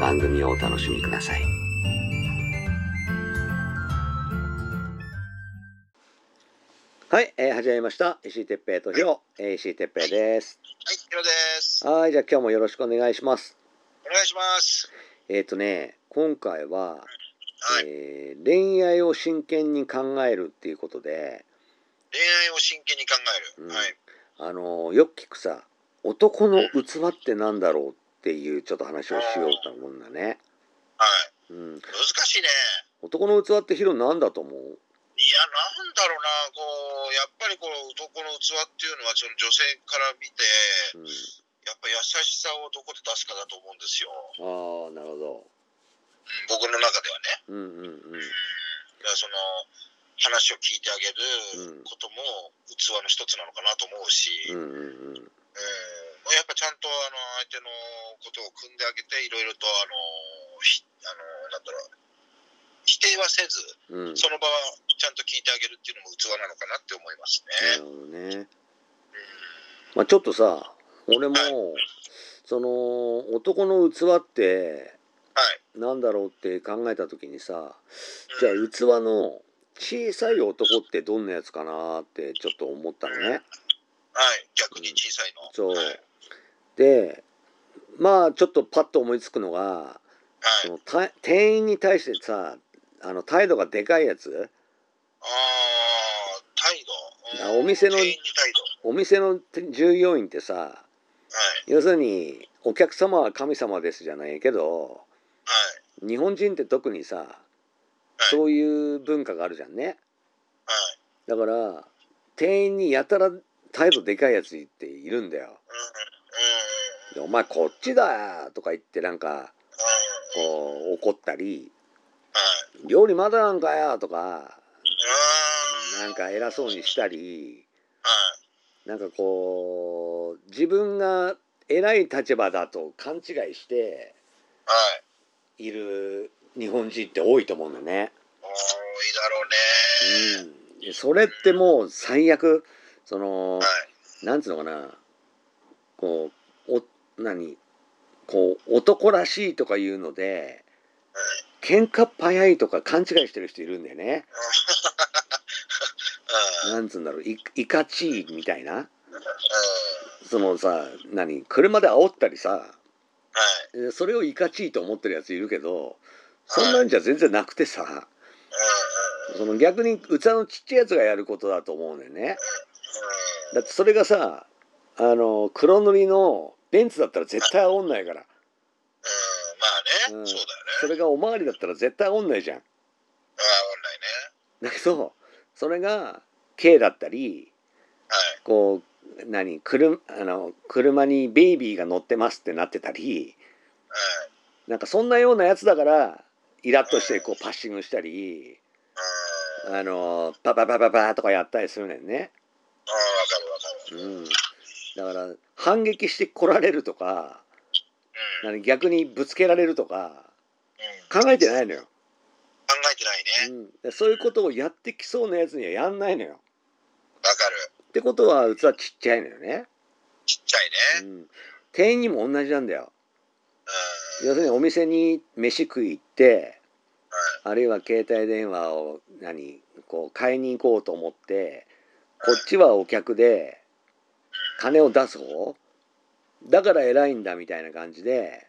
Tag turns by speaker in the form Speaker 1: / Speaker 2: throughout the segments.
Speaker 1: 番組をお楽しみください。はい、えー始まりました。石井哲平とひろ、えー石井哲平です。
Speaker 2: はい、ヒロです。お
Speaker 1: はい、じゃあ今日もよろしくお願いします。
Speaker 2: 願いします。
Speaker 1: えっ、とね、今回は、
Speaker 2: はい、
Speaker 1: えー恋愛を真剣に考えるっていうことで、
Speaker 2: 恋愛を真剣に考える。
Speaker 1: うん
Speaker 2: はい、
Speaker 1: あのーよく聞くさ、男の器ってなんだろうっていうちょっと話をしようと思うんだね。
Speaker 2: はい、
Speaker 1: うん、
Speaker 2: 難しいね。
Speaker 1: 男の器ってヒロなんだと思う
Speaker 2: いや、なんだろうな、こう、やっぱりこう男の器っていうのは、その女性から見て。
Speaker 1: うん、
Speaker 2: やっぱ優しさをどこで出すかだと思うんですよ。
Speaker 1: ああなるほど
Speaker 2: 僕の中ではね。
Speaker 1: うんうんうん
Speaker 2: だからその話を聞いてあげ
Speaker 1: うん
Speaker 2: ることも器の一つなのかなと思うし、
Speaker 1: うんうんうん
Speaker 2: うんやっぱちゃんとあの相手のことを組んであげていろいろとあのひあのなんだろう否定はせず、
Speaker 1: うん
Speaker 2: その場はちゃんと聞いてあげるっていうのも器なのかなって思います
Speaker 1: なる
Speaker 2: ね。
Speaker 1: ほどねまあちょっとさ俺もその男の器って
Speaker 2: はい。
Speaker 1: なんだろうって考えた時にさ
Speaker 2: うん
Speaker 1: じゃあ器の小さい男ってどんなやつかなってちょっと思ったのね
Speaker 2: はい。逆に小さいの。
Speaker 1: そう
Speaker 2: はい。はい
Speaker 1: でまあちょっとパッと思いつくのがそのた店員に対してさあの態度がでかいやつ
Speaker 2: ああ、態
Speaker 1: あ
Speaker 2: 度。うん
Speaker 1: お店の
Speaker 2: 店員に態度。
Speaker 1: お店の従業員ってさ
Speaker 2: はい。
Speaker 1: 要するにお客様は神様ですじゃないけど
Speaker 2: はい。
Speaker 1: 日本人って特にさ
Speaker 2: はい。
Speaker 1: そういう文化があるじゃんね
Speaker 2: はい。
Speaker 1: だから店員にやたら態度でかいやつっているんだよ
Speaker 2: うん。うん。
Speaker 1: で「お前こっちだよ」とか言ってなんか
Speaker 2: はい。
Speaker 1: こう怒ったり
Speaker 2: は
Speaker 1: 「
Speaker 2: い。
Speaker 1: 料理まだなんかよ」とか
Speaker 2: うーん。
Speaker 1: なんか偉そうにしたり
Speaker 2: はい。
Speaker 1: なんかこう自分が偉い立場だと勘違いして
Speaker 2: はい。
Speaker 1: いる日本人って多いと思うんだよね。
Speaker 2: 多いだろうね。
Speaker 1: うんで、それってもう最悪その
Speaker 2: はい。
Speaker 1: なんつうのかなこうお何こう男らしいとかいうので
Speaker 2: はい。
Speaker 1: 喧嘩っ早いとか勘違いしてる人いるんだよね。
Speaker 2: うん。うん。
Speaker 1: なんつうんだろういいかちいみたいなそのさ何車で煽ったりさ
Speaker 2: はい。
Speaker 1: えそれをいかちいと思ってるやついるけどそんなんじゃ全然なくてさ
Speaker 2: うん。うん。うん。
Speaker 1: その逆に器のちっちゃいやつがやることだと思うんだよね。だってそれがさあの黒塗りのベンツだったら絶対煽んないから
Speaker 2: まあね。
Speaker 1: うん
Speaker 2: そうだよね。
Speaker 1: それがおまわりだったら絶対煽んないじゃん。
Speaker 2: ああ、オンラインね。
Speaker 1: だけどそれが軽だったり
Speaker 2: はい。
Speaker 1: こう何車あの車にベイビーが乗ってますってなってたり
Speaker 2: はい。
Speaker 1: なんかそんなようなやつだからイラッとしてこうパッシングしたり
Speaker 2: うん。ああ、わ
Speaker 1: あのパパパパパとかやったりするねんね。
Speaker 2: かるわか
Speaker 1: う
Speaker 2: る。
Speaker 1: ん、だから反撃してこられるとか
Speaker 2: うん。うん。
Speaker 1: 何逆にぶつけられるとか
Speaker 2: 考
Speaker 1: 考えてないのよ。
Speaker 2: えてないね。
Speaker 1: うんで、そういうことをやってきそうなやつにはやんないのよ。
Speaker 2: わかる。
Speaker 1: ってことは器ちっちゃいのよね。
Speaker 2: ちっちゃいね。
Speaker 1: う
Speaker 2: うん。
Speaker 1: ん、店員にも同じなんだよ。
Speaker 2: は
Speaker 1: 要するにお店に飯食い行って
Speaker 2: い。
Speaker 1: あるいは携帯電話を何こう買いに行こうと思ってこっちはお客で金を出す方だから偉いんだみたいな感じで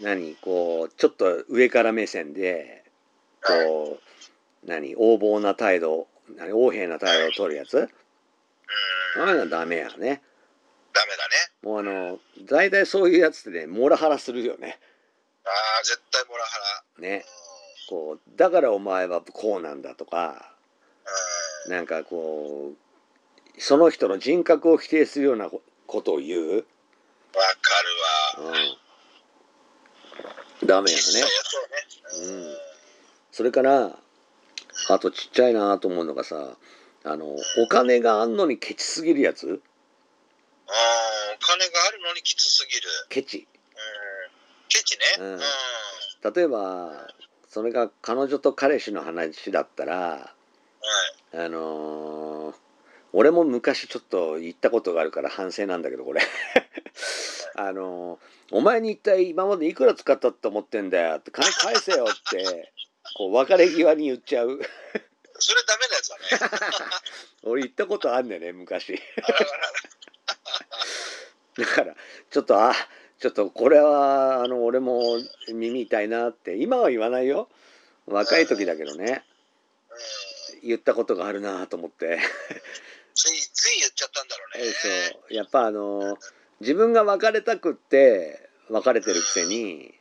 Speaker 2: うん。
Speaker 1: 何こうちょっと上から目線でこう何横暴な態度何横柄な態度を取るやつ
Speaker 2: うん、
Speaker 1: ああいうのはダメやね
Speaker 2: ダメだね。
Speaker 1: もうあの大体そういうやつってねモラハラするよね
Speaker 2: ああ、絶対モラハラ。
Speaker 1: ね
Speaker 2: う
Speaker 1: こうだからお前はこうなんだとか
Speaker 2: ん、うん、
Speaker 1: なんかこうその人の人格を否定するようなこことを言う、うん、
Speaker 2: わかるわ。
Speaker 1: ダメや
Speaker 2: 小さ
Speaker 1: ね
Speaker 2: いやつをね。
Speaker 1: うん
Speaker 2: うん
Speaker 1: それからあとちっちゃいなと思うのがさあのお金があんのにケチすぎるやつ
Speaker 2: あーお金があるのにきつすぎる。
Speaker 1: ケチ
Speaker 2: うん、ケチ
Speaker 1: う
Speaker 2: ね。うんん。うん。
Speaker 1: 例えばそれが彼女と彼氏の話だったら
Speaker 2: はい。
Speaker 1: あのー俺も昔ちょっと言ったことがあるから反省なんだけどこれ あのーお前に一体今までいくら使ったと思ってんだよって金返せよってこう別れ際に言っちゃう
Speaker 2: それダメなやつだね。
Speaker 1: 俺言ったことあんだよね昔
Speaker 2: あらあらあら。
Speaker 1: だからちょっとあちょっとこれはあの俺も耳痛いなって今は言わないよ若い時だけどね
Speaker 2: うん。
Speaker 1: 言ったことがあるなと思って
Speaker 2: つい、つい言っちゃったんだろう
Speaker 1: え
Speaker 2: ね。
Speaker 1: そうやっぱあの自分が別れたくって別れてるくせに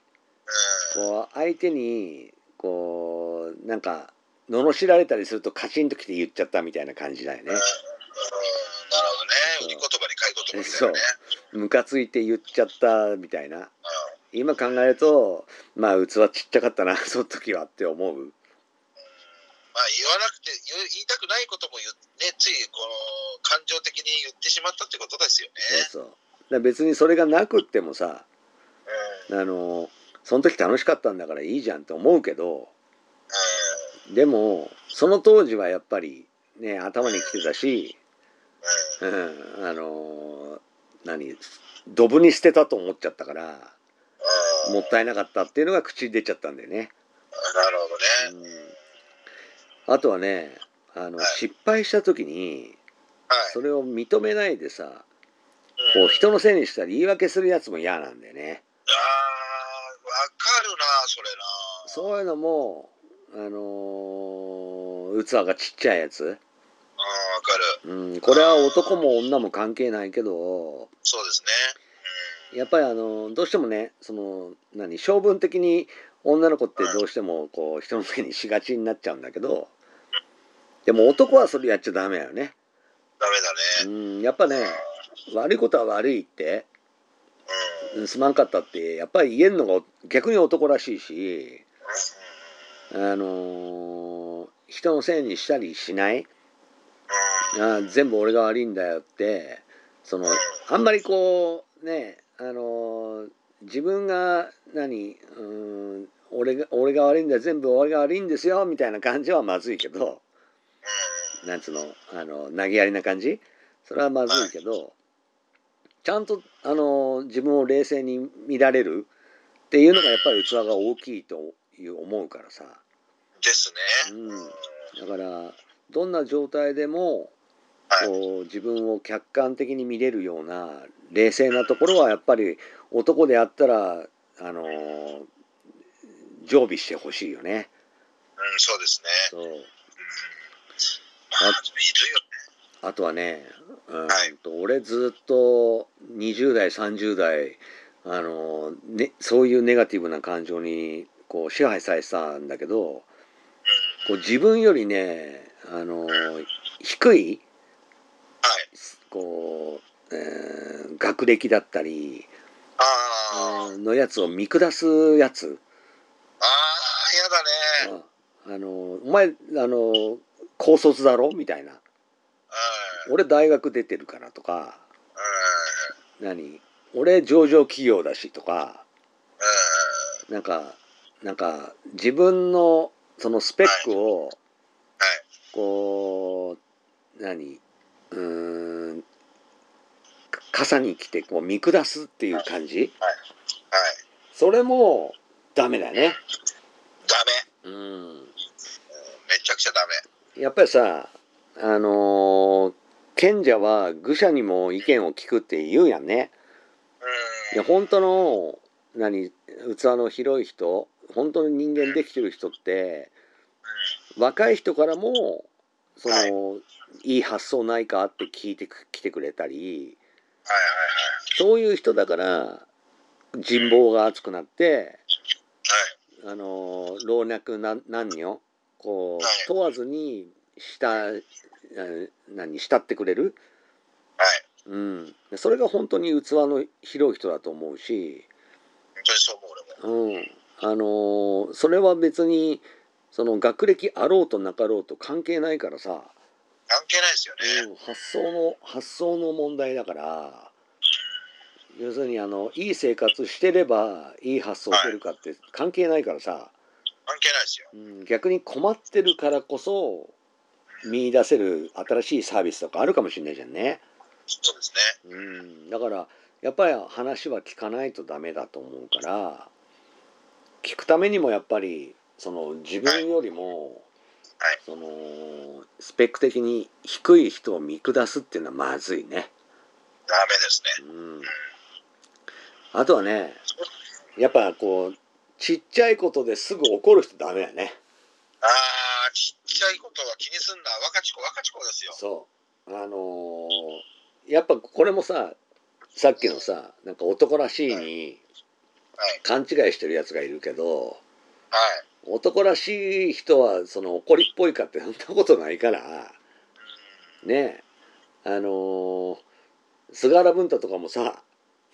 Speaker 2: うん。
Speaker 1: こう相手にこうなんか罵られたりするとカチンときて言っちゃったみたいな感じだよね
Speaker 2: うん。うんなるほどね。
Speaker 1: そう
Speaker 2: 売り言葉に買い言葉みた
Speaker 1: そ
Speaker 2: いうなね。
Speaker 1: ムカついて言っちゃったみたいな
Speaker 2: うん
Speaker 1: 今考えるとまあ器ちっちゃかったなその時はって思う
Speaker 2: まあ、言わなくて言う言いたくないことも言うね、ついこの感情的に言ってしまったってことですよね。
Speaker 1: そうそうだから別にそれがなくってもさ
Speaker 2: うん
Speaker 1: あのその時楽しかったんだからいいじゃんって思うけど
Speaker 2: うん
Speaker 1: でもその当時はやっぱりね頭にきてたし、
Speaker 2: うん
Speaker 1: うん、あの何ドブに捨てたと思っちゃったから
Speaker 2: うん
Speaker 1: もったいなかったっていうのが口に出ちゃったんだよね、
Speaker 2: なるほど
Speaker 1: う
Speaker 2: ね。
Speaker 1: ん、あとはねあの
Speaker 2: はい
Speaker 1: 失敗した時に
Speaker 2: はい。
Speaker 1: それを認めないでさ
Speaker 2: う
Speaker 1: こうん人のせいにしたり言い訳するやつも嫌なんだよね
Speaker 2: あーわかるな、それ
Speaker 1: そ
Speaker 2: な。
Speaker 1: ういうのもあのー器がちっちゃいやつ、
Speaker 2: あーわかる。
Speaker 1: うん、これは男も女も関係ないけど
Speaker 2: そうですね。
Speaker 1: やっぱりあのどうしてもねその何性分的に女の子ってどうしてもこう人のせいにしがちになっちゃうんだけどでも男はそれやっちゃダメだよね、
Speaker 2: ダ
Speaker 1: う
Speaker 2: メだね。
Speaker 1: ん、やっぱね悪いことは悪いって
Speaker 2: うん。うん。
Speaker 1: うんすまんかったってやっぱり言えるのが逆に男らしいしあのー人のせいにしたりしないあー全部俺が悪いんだよってそのあんまりこうねあのー自分が何うーん俺が俺が悪いんだよ全部俺が悪いんですよみたいな感じはまずいけどなんつうのあの投げやりな感じそれはまずいけどちゃんとあのー自分を冷静に見られるっていうのがやっぱり器が大きいという思うからさ
Speaker 2: ですね。
Speaker 1: う
Speaker 2: うんん。
Speaker 1: だからどんな状態でも
Speaker 2: はい。
Speaker 1: こう自分を客観的に見れるような冷静なところはやっぱり男であったらあのー常備してほしいよね。
Speaker 2: うん、そうですね。
Speaker 1: そう
Speaker 2: まあ、いるよ。
Speaker 1: あとはね、うんと俺ずっと20代30代あのーねそういうネガティブな感情にこう支配されてたんだけど
Speaker 2: うん。
Speaker 1: こう自分よりねあのー低い
Speaker 2: はい。
Speaker 1: こう、えー学歴だったり
Speaker 2: あー
Speaker 1: のやつを見下すやつ、
Speaker 2: あー、やだね。
Speaker 1: あのお前あの高卒だろみたいな
Speaker 2: うん。うん。
Speaker 1: 俺大学出てるからとか何俺上場企業だしとか
Speaker 2: うん。
Speaker 1: なんかなんか自分のそのスペックをこう何うーん傘に来てこう見下すっていう感じ
Speaker 2: はい。
Speaker 1: それもダメだね。
Speaker 2: ダ
Speaker 1: う
Speaker 2: メ。
Speaker 1: ん
Speaker 2: めちゃくちゃダメ。
Speaker 1: やっぱりさあのー賢者は愚者にも意見を聞くって言うやんね。
Speaker 2: うん。
Speaker 1: いや本当の何器の広い人本当に人間できてる人って若い人からもそのいい発想ないかって聞いてく来てくれたり
Speaker 2: はい
Speaker 1: そういう人だから人望が厚くなってあの老若男女こ
Speaker 2: はいう
Speaker 1: 問わずに慕うあ何慕ってくれる、
Speaker 2: はいは
Speaker 1: う
Speaker 2: い。
Speaker 1: ん、でそれが本当に器の広い人だと思うし、
Speaker 2: 本当にそう思う
Speaker 1: う
Speaker 2: 俺も。
Speaker 1: ん、あのーそれは別にその学歴あろうとなかろうと関係ないからさ、
Speaker 2: 関係ないですよね。
Speaker 1: うん、発想の発想の問題だから要するにあのいい生活してればいい発想してるかって関係ないからさ、
Speaker 2: 関係ないですよ。
Speaker 1: うん逆に困ってるからこそ見出せる新しいサービスとかあるかもしれないじゃんね、
Speaker 2: そうですね。
Speaker 1: うん、だからやっぱり話は聞かないとダメだと思うから聞くためにもやっぱりその自分よりも、
Speaker 2: はい
Speaker 1: そのスペック的に低い人を見下すっていうのはまずいね、
Speaker 2: ダメですね。
Speaker 1: うん、あとはねやっぱこうちっちゃいことですぐ怒る人ダメだね
Speaker 2: ああ、ちっちゃいことは気にすんな。若ち子、若ち子ですよ。
Speaker 1: そうあのーやっぱこれもささっきのさなんか男らしいに
Speaker 2: はい。
Speaker 1: 勘違いしてるやつがいるけど
Speaker 2: はい。
Speaker 1: 男らしい人はその怒りっぽいかってそんなことないからねえあのー菅原文太とかもさ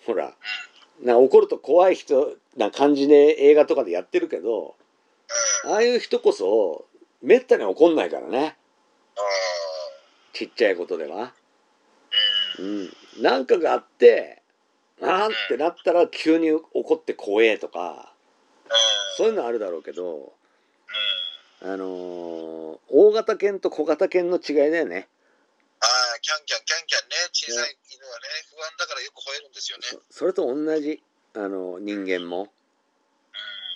Speaker 1: ほらなんか怒ると怖い人な感じで映画とかでやってるけどああいう人こそめったに怒んないからね
Speaker 2: あ
Speaker 1: ちっちゃいことでは。
Speaker 2: ーうん。
Speaker 1: うん、なんかがあってなんってなったら急に怒って怖えとか
Speaker 2: う
Speaker 1: そういうのあるだろうけど、
Speaker 2: ん。うん。
Speaker 1: あのー大型犬と小型犬の違いだよね
Speaker 2: ああ、キャンキャン、キャンキャンね。小さい犬はね、不安だからよく吠えるんですよね。
Speaker 1: そそれと同じ、あの人間も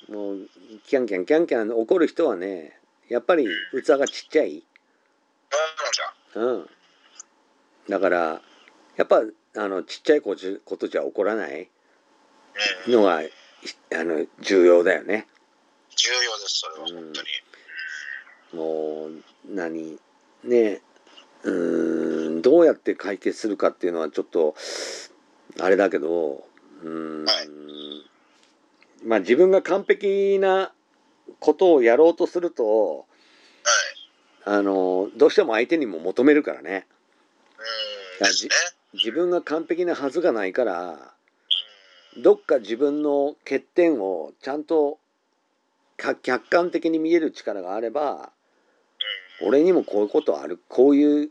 Speaker 1: もうキャンキャンキャンキャン怒る人はねやっぱり器がちっちゃい、
Speaker 2: そうなんだ。
Speaker 1: うん、だからやっぱあのちっちゃい子じことじゃ怒らない
Speaker 2: うん。
Speaker 1: のがいあの重要だよね。
Speaker 2: 重要です、それは、本当に。
Speaker 1: もう何ねうーんどうやって解決するかっていうのはちょっとあれだけどうーん、
Speaker 2: はい
Speaker 1: まあ自分が完璧なことをやろうとすると
Speaker 2: はい。
Speaker 1: あのどうしても相手にも求めるからね
Speaker 2: うん。
Speaker 1: いや
Speaker 2: ですね。
Speaker 1: 自分が完璧なはずがないから
Speaker 2: うん。
Speaker 1: どっか自分の欠点をちゃんと客客観的に見える力があれば俺にもこういうことあるこういう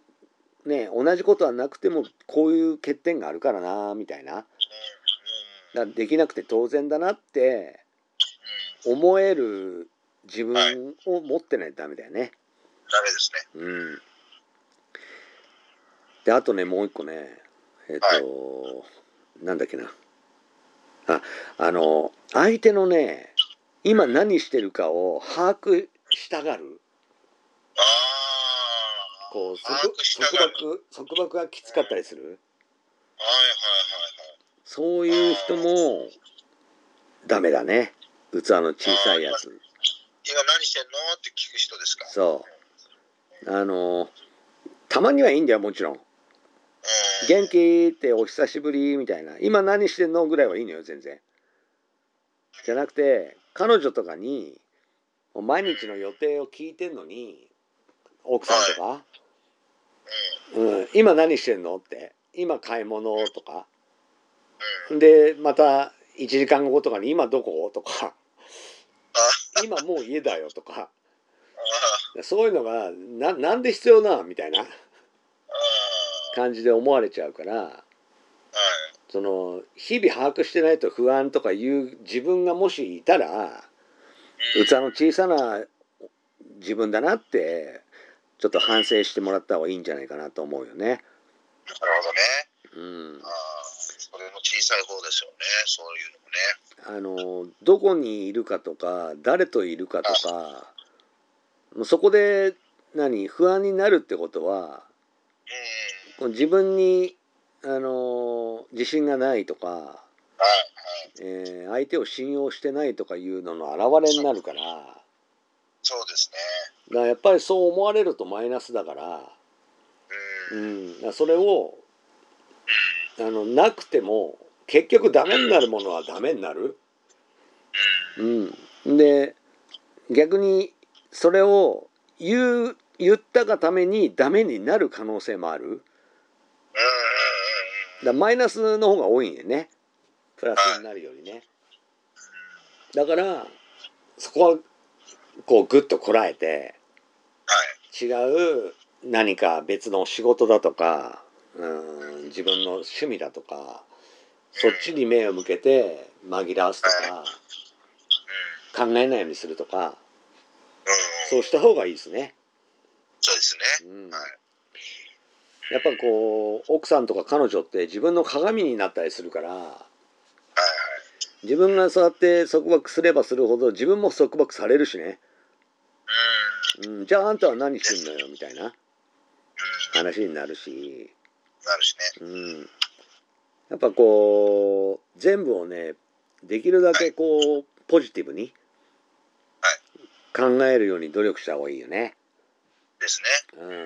Speaker 1: ね同じことはなくてもこういう欠点があるからなみたいな
Speaker 2: うん。うん。
Speaker 1: だできなくて当然だなって思える自分を持ってないとダメだよね。
Speaker 2: ダメですね。
Speaker 1: うん、であとねもう一個ねえっ、と、なんだっけなああの相手のね今何してるかを把握したがる。
Speaker 2: ああ。
Speaker 1: こう
Speaker 2: 把
Speaker 1: 束
Speaker 2: 握したがる。
Speaker 1: 束縛束縛がきつかったりする
Speaker 2: はいはいはいはい。
Speaker 1: そういう人もダメだね器の小さいやつ
Speaker 2: 今何してんのって聞く人ですか。
Speaker 1: そうあのたまにはいいんだよもちろん「
Speaker 2: うん。
Speaker 1: 元気?」って「お久しぶり」みたいな「今何してんの?」ぐらいはいいのよ全然じゃなくて彼女とかにもう毎日の予定を聞いてんのに奥さんとか「うん、今何してんの?」って「今買い物?」とか
Speaker 2: うん。
Speaker 1: でまた1時間後とかに「今どこ?」とか「今もう家だよ」とか
Speaker 2: ああ。
Speaker 1: そういうのがななんで必要なみたいな
Speaker 2: あ
Speaker 1: 感じで思われちゃうから
Speaker 2: あ。はい。
Speaker 1: その日々把握してないと不安とかいう自分がもしいたら
Speaker 2: うん。
Speaker 1: 器の小さな自分だなってちょっと反省してもらった方がいいんじゃないかなと思うよね。
Speaker 2: なるほどね。
Speaker 1: うん
Speaker 2: あ、あ。それも小さい方ですよね。そういうのも
Speaker 1: あ
Speaker 2: ね。
Speaker 1: のどこにいるかとか誰といるかとかもうそこで何不安になるってことは
Speaker 2: う
Speaker 1: こ
Speaker 2: ん。
Speaker 1: う自分にあの自信がないとか
Speaker 2: はいはい。
Speaker 1: えー相手を信用してないとかいうのの表れになるからだか
Speaker 2: そうですね。
Speaker 1: らやっぱりそう思われるとマイナスだから、
Speaker 2: う。
Speaker 1: うんん、だからそれをあのなくても結局ダメになるものはダメになる。うん、で逆にそれを言う言ったがためにダメになる可能性もある
Speaker 2: うん。
Speaker 1: だからマイナスの方が多いんやねプラスになるよりねだからそこはこうグッとこらえて
Speaker 2: はい。
Speaker 1: 違う何か別の仕事だとか、うん、自分の趣味だとかそっちに目を向けて紛らわすとか考えないようにするとか
Speaker 2: うん。うん。
Speaker 1: そうした方がいいですね。
Speaker 2: そうですね。
Speaker 1: うん
Speaker 2: はい。
Speaker 1: やっぱこう奥さんとか彼女って自分の鏡になったりするから自分がそうやって束縛すればするほど自分も束縛されるしね、うん、じゃああんたは何してんのよみたいな
Speaker 2: うん。うん。
Speaker 1: 話になるし、
Speaker 2: なるしね。
Speaker 1: うん、やっぱこう全部をねできるだけこうポジティブに考えるように努力した方がいいよね。
Speaker 2: ですね。
Speaker 1: うん、や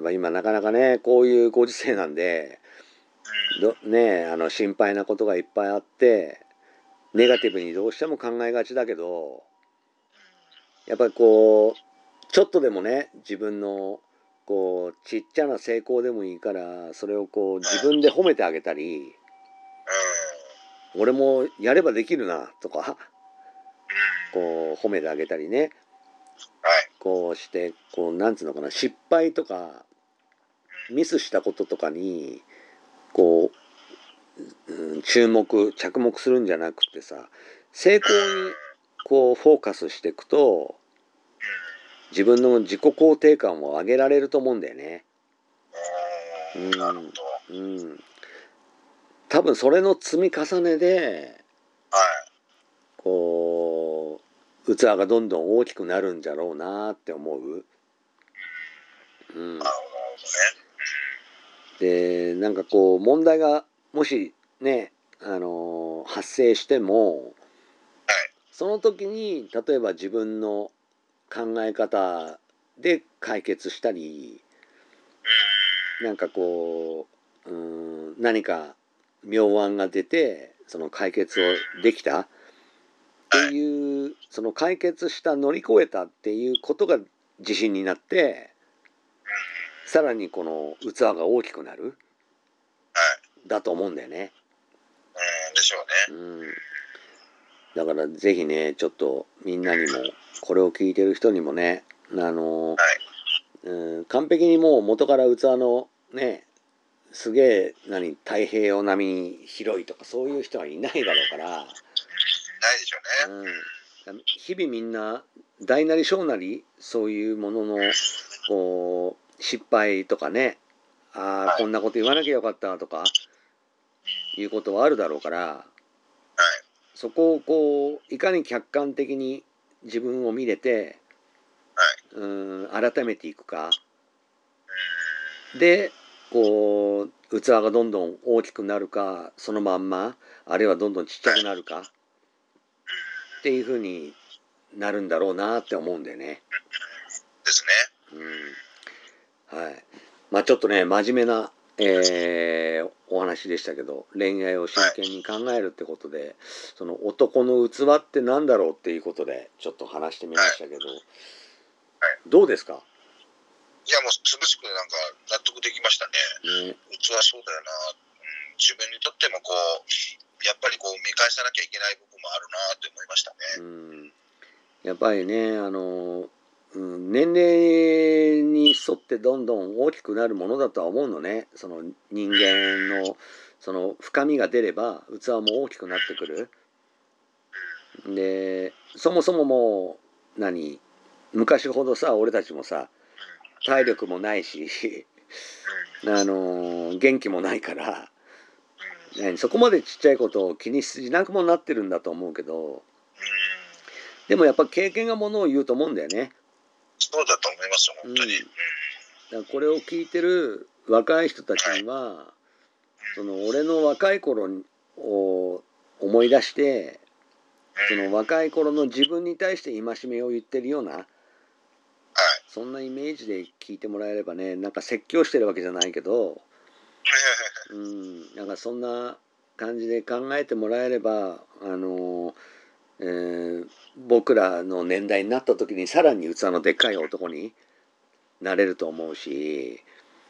Speaker 1: っぱ今なかなかねこういうご時世なんで
Speaker 2: う
Speaker 1: ど
Speaker 2: ん。
Speaker 1: ねえあの心配なことがいっぱいあってネガティブにどうしても考えがちだけどやっぱりこうちょっとでもね自分のこうちっちゃな成功でもいいからそれをこう自分で褒めてあげたり「俺もやればできるな」とか
Speaker 2: うん。うん。
Speaker 1: こう褒めてあげたりね
Speaker 2: はい。
Speaker 1: こうしてこうなんつうのかな失敗とかミスしたこととかにこう、うん、注目着目するんじゃなくてさ成功にこうフォーカスしていくと自分の自己肯定感を上げられると思うんだよね。
Speaker 2: うん。うん。なるほど。
Speaker 1: うん、多分それの積み重ねで
Speaker 2: はい。
Speaker 1: こう器がどんどん大きくなるんじゃろうなって思う。うん
Speaker 2: なるほどね。
Speaker 1: でなんかこう問題がもしね、あのー発生してもその時に例えば自分の考え方で解決したりなんかこううーん何か妙案が出てその解決をできたっていうその解決した乗り越えたっていうことが自信になってさらにこの器が大きくなるだと思うんだよね。
Speaker 2: うん。うん。でしょう
Speaker 1: う
Speaker 2: ね。
Speaker 1: ん、だからぜひねちょっとみんなにもこれを聞いてる人にもねあの、うん、完璧にもう元から器のねすげえ何太平洋並みに広いとかそういう人はいないだろうから、
Speaker 2: ないでしょうね。
Speaker 1: うん、日々みんな大なり小なりそういうもののこう失敗とかねあ
Speaker 2: は
Speaker 1: あ
Speaker 2: い
Speaker 1: こんなこと言わなきゃよかったとかいうことはあるだろうから。
Speaker 2: はい。
Speaker 1: そこをこういかに客観的に自分を見れて、うーん改めていくかでこう器がどんどん大きくなるかそのまんまあるいはどんどんちっちゃくなるかっていうふうになるんだろうなって思うんだよね。
Speaker 2: ですね。
Speaker 1: うんはいまあ、ちょっとね真面目な、えーお話でしたけど恋愛を真剣に考えるってことで、その男の器ってなんだろうっていうことでちょっと話してみましたけど、どうですか、
Speaker 2: いやもうつぶしくなんか納得できましたね。
Speaker 1: ね
Speaker 2: 器そうだよな、うん、自分にとってもこうやっぱりこう見返さなきゃいけない部分もあるなって思いましたね。
Speaker 1: うん、やっぱりねあの、うん、年齢に沿ってどんどん大きくなるものだとは思うのねその人間のその深みが出れば器も大きくなってくる。でそもそももう何昔ほどさ俺たちもさ体力もないし あの元気もないから、ね、そこまでちっちゃいことを気にしなくもなってるんだと思うけど
Speaker 2: うん、
Speaker 1: でもやっぱ経験がものを言うと思うんだよね。
Speaker 2: そうだと思いますよ本当に。
Speaker 1: うんだからこれを聞いてる若い人たちには、その俺の若い頃を思い出してその若い頃の自分に対して戒めを言ってるようなそんなイメージで聞いてもらえればねなんか説教してるわけじゃないけどうんなんかそんな感じで考えてもらえればあの、えー僕らの年代になった時にさらに器のでっかい男になれると思うし、
Speaker 2: で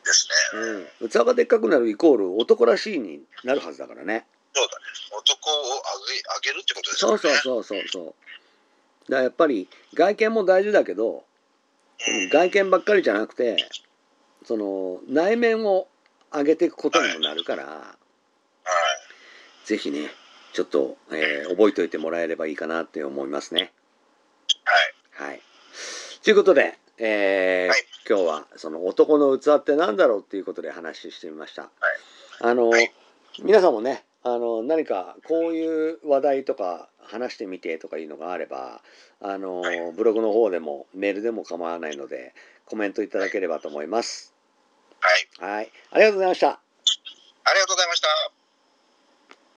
Speaker 2: すね。
Speaker 1: うん、器がでっかくなるイコール男らしいになるはずだからね。
Speaker 2: そうだね。男をあげあげるってことですよ
Speaker 1: そう
Speaker 2: ね。
Speaker 1: そうそうそうそう。だからやっぱり外見も大事だけど
Speaker 2: うん。
Speaker 1: 外見ばっかりじゃなくてその内面を上げていくことにもなるから
Speaker 2: はい。
Speaker 1: 是非ねちょっと、えー覚えておいてもらえればいいかなって思いますね。
Speaker 2: はい。
Speaker 1: はい。ということで、えー
Speaker 2: はい
Speaker 1: 今日はその男の器って何だろうっていうことで話してみました。あの、
Speaker 2: はい
Speaker 1: 皆さんもね、あの何かこういう話題とか話してみてとかいうのがあれば、あの、
Speaker 2: はい
Speaker 1: ブログの方でもメールでも構わないのでコメントいただければと思います。
Speaker 2: はい。
Speaker 1: はい、ありがとうございました。
Speaker 2: ありがとうございました。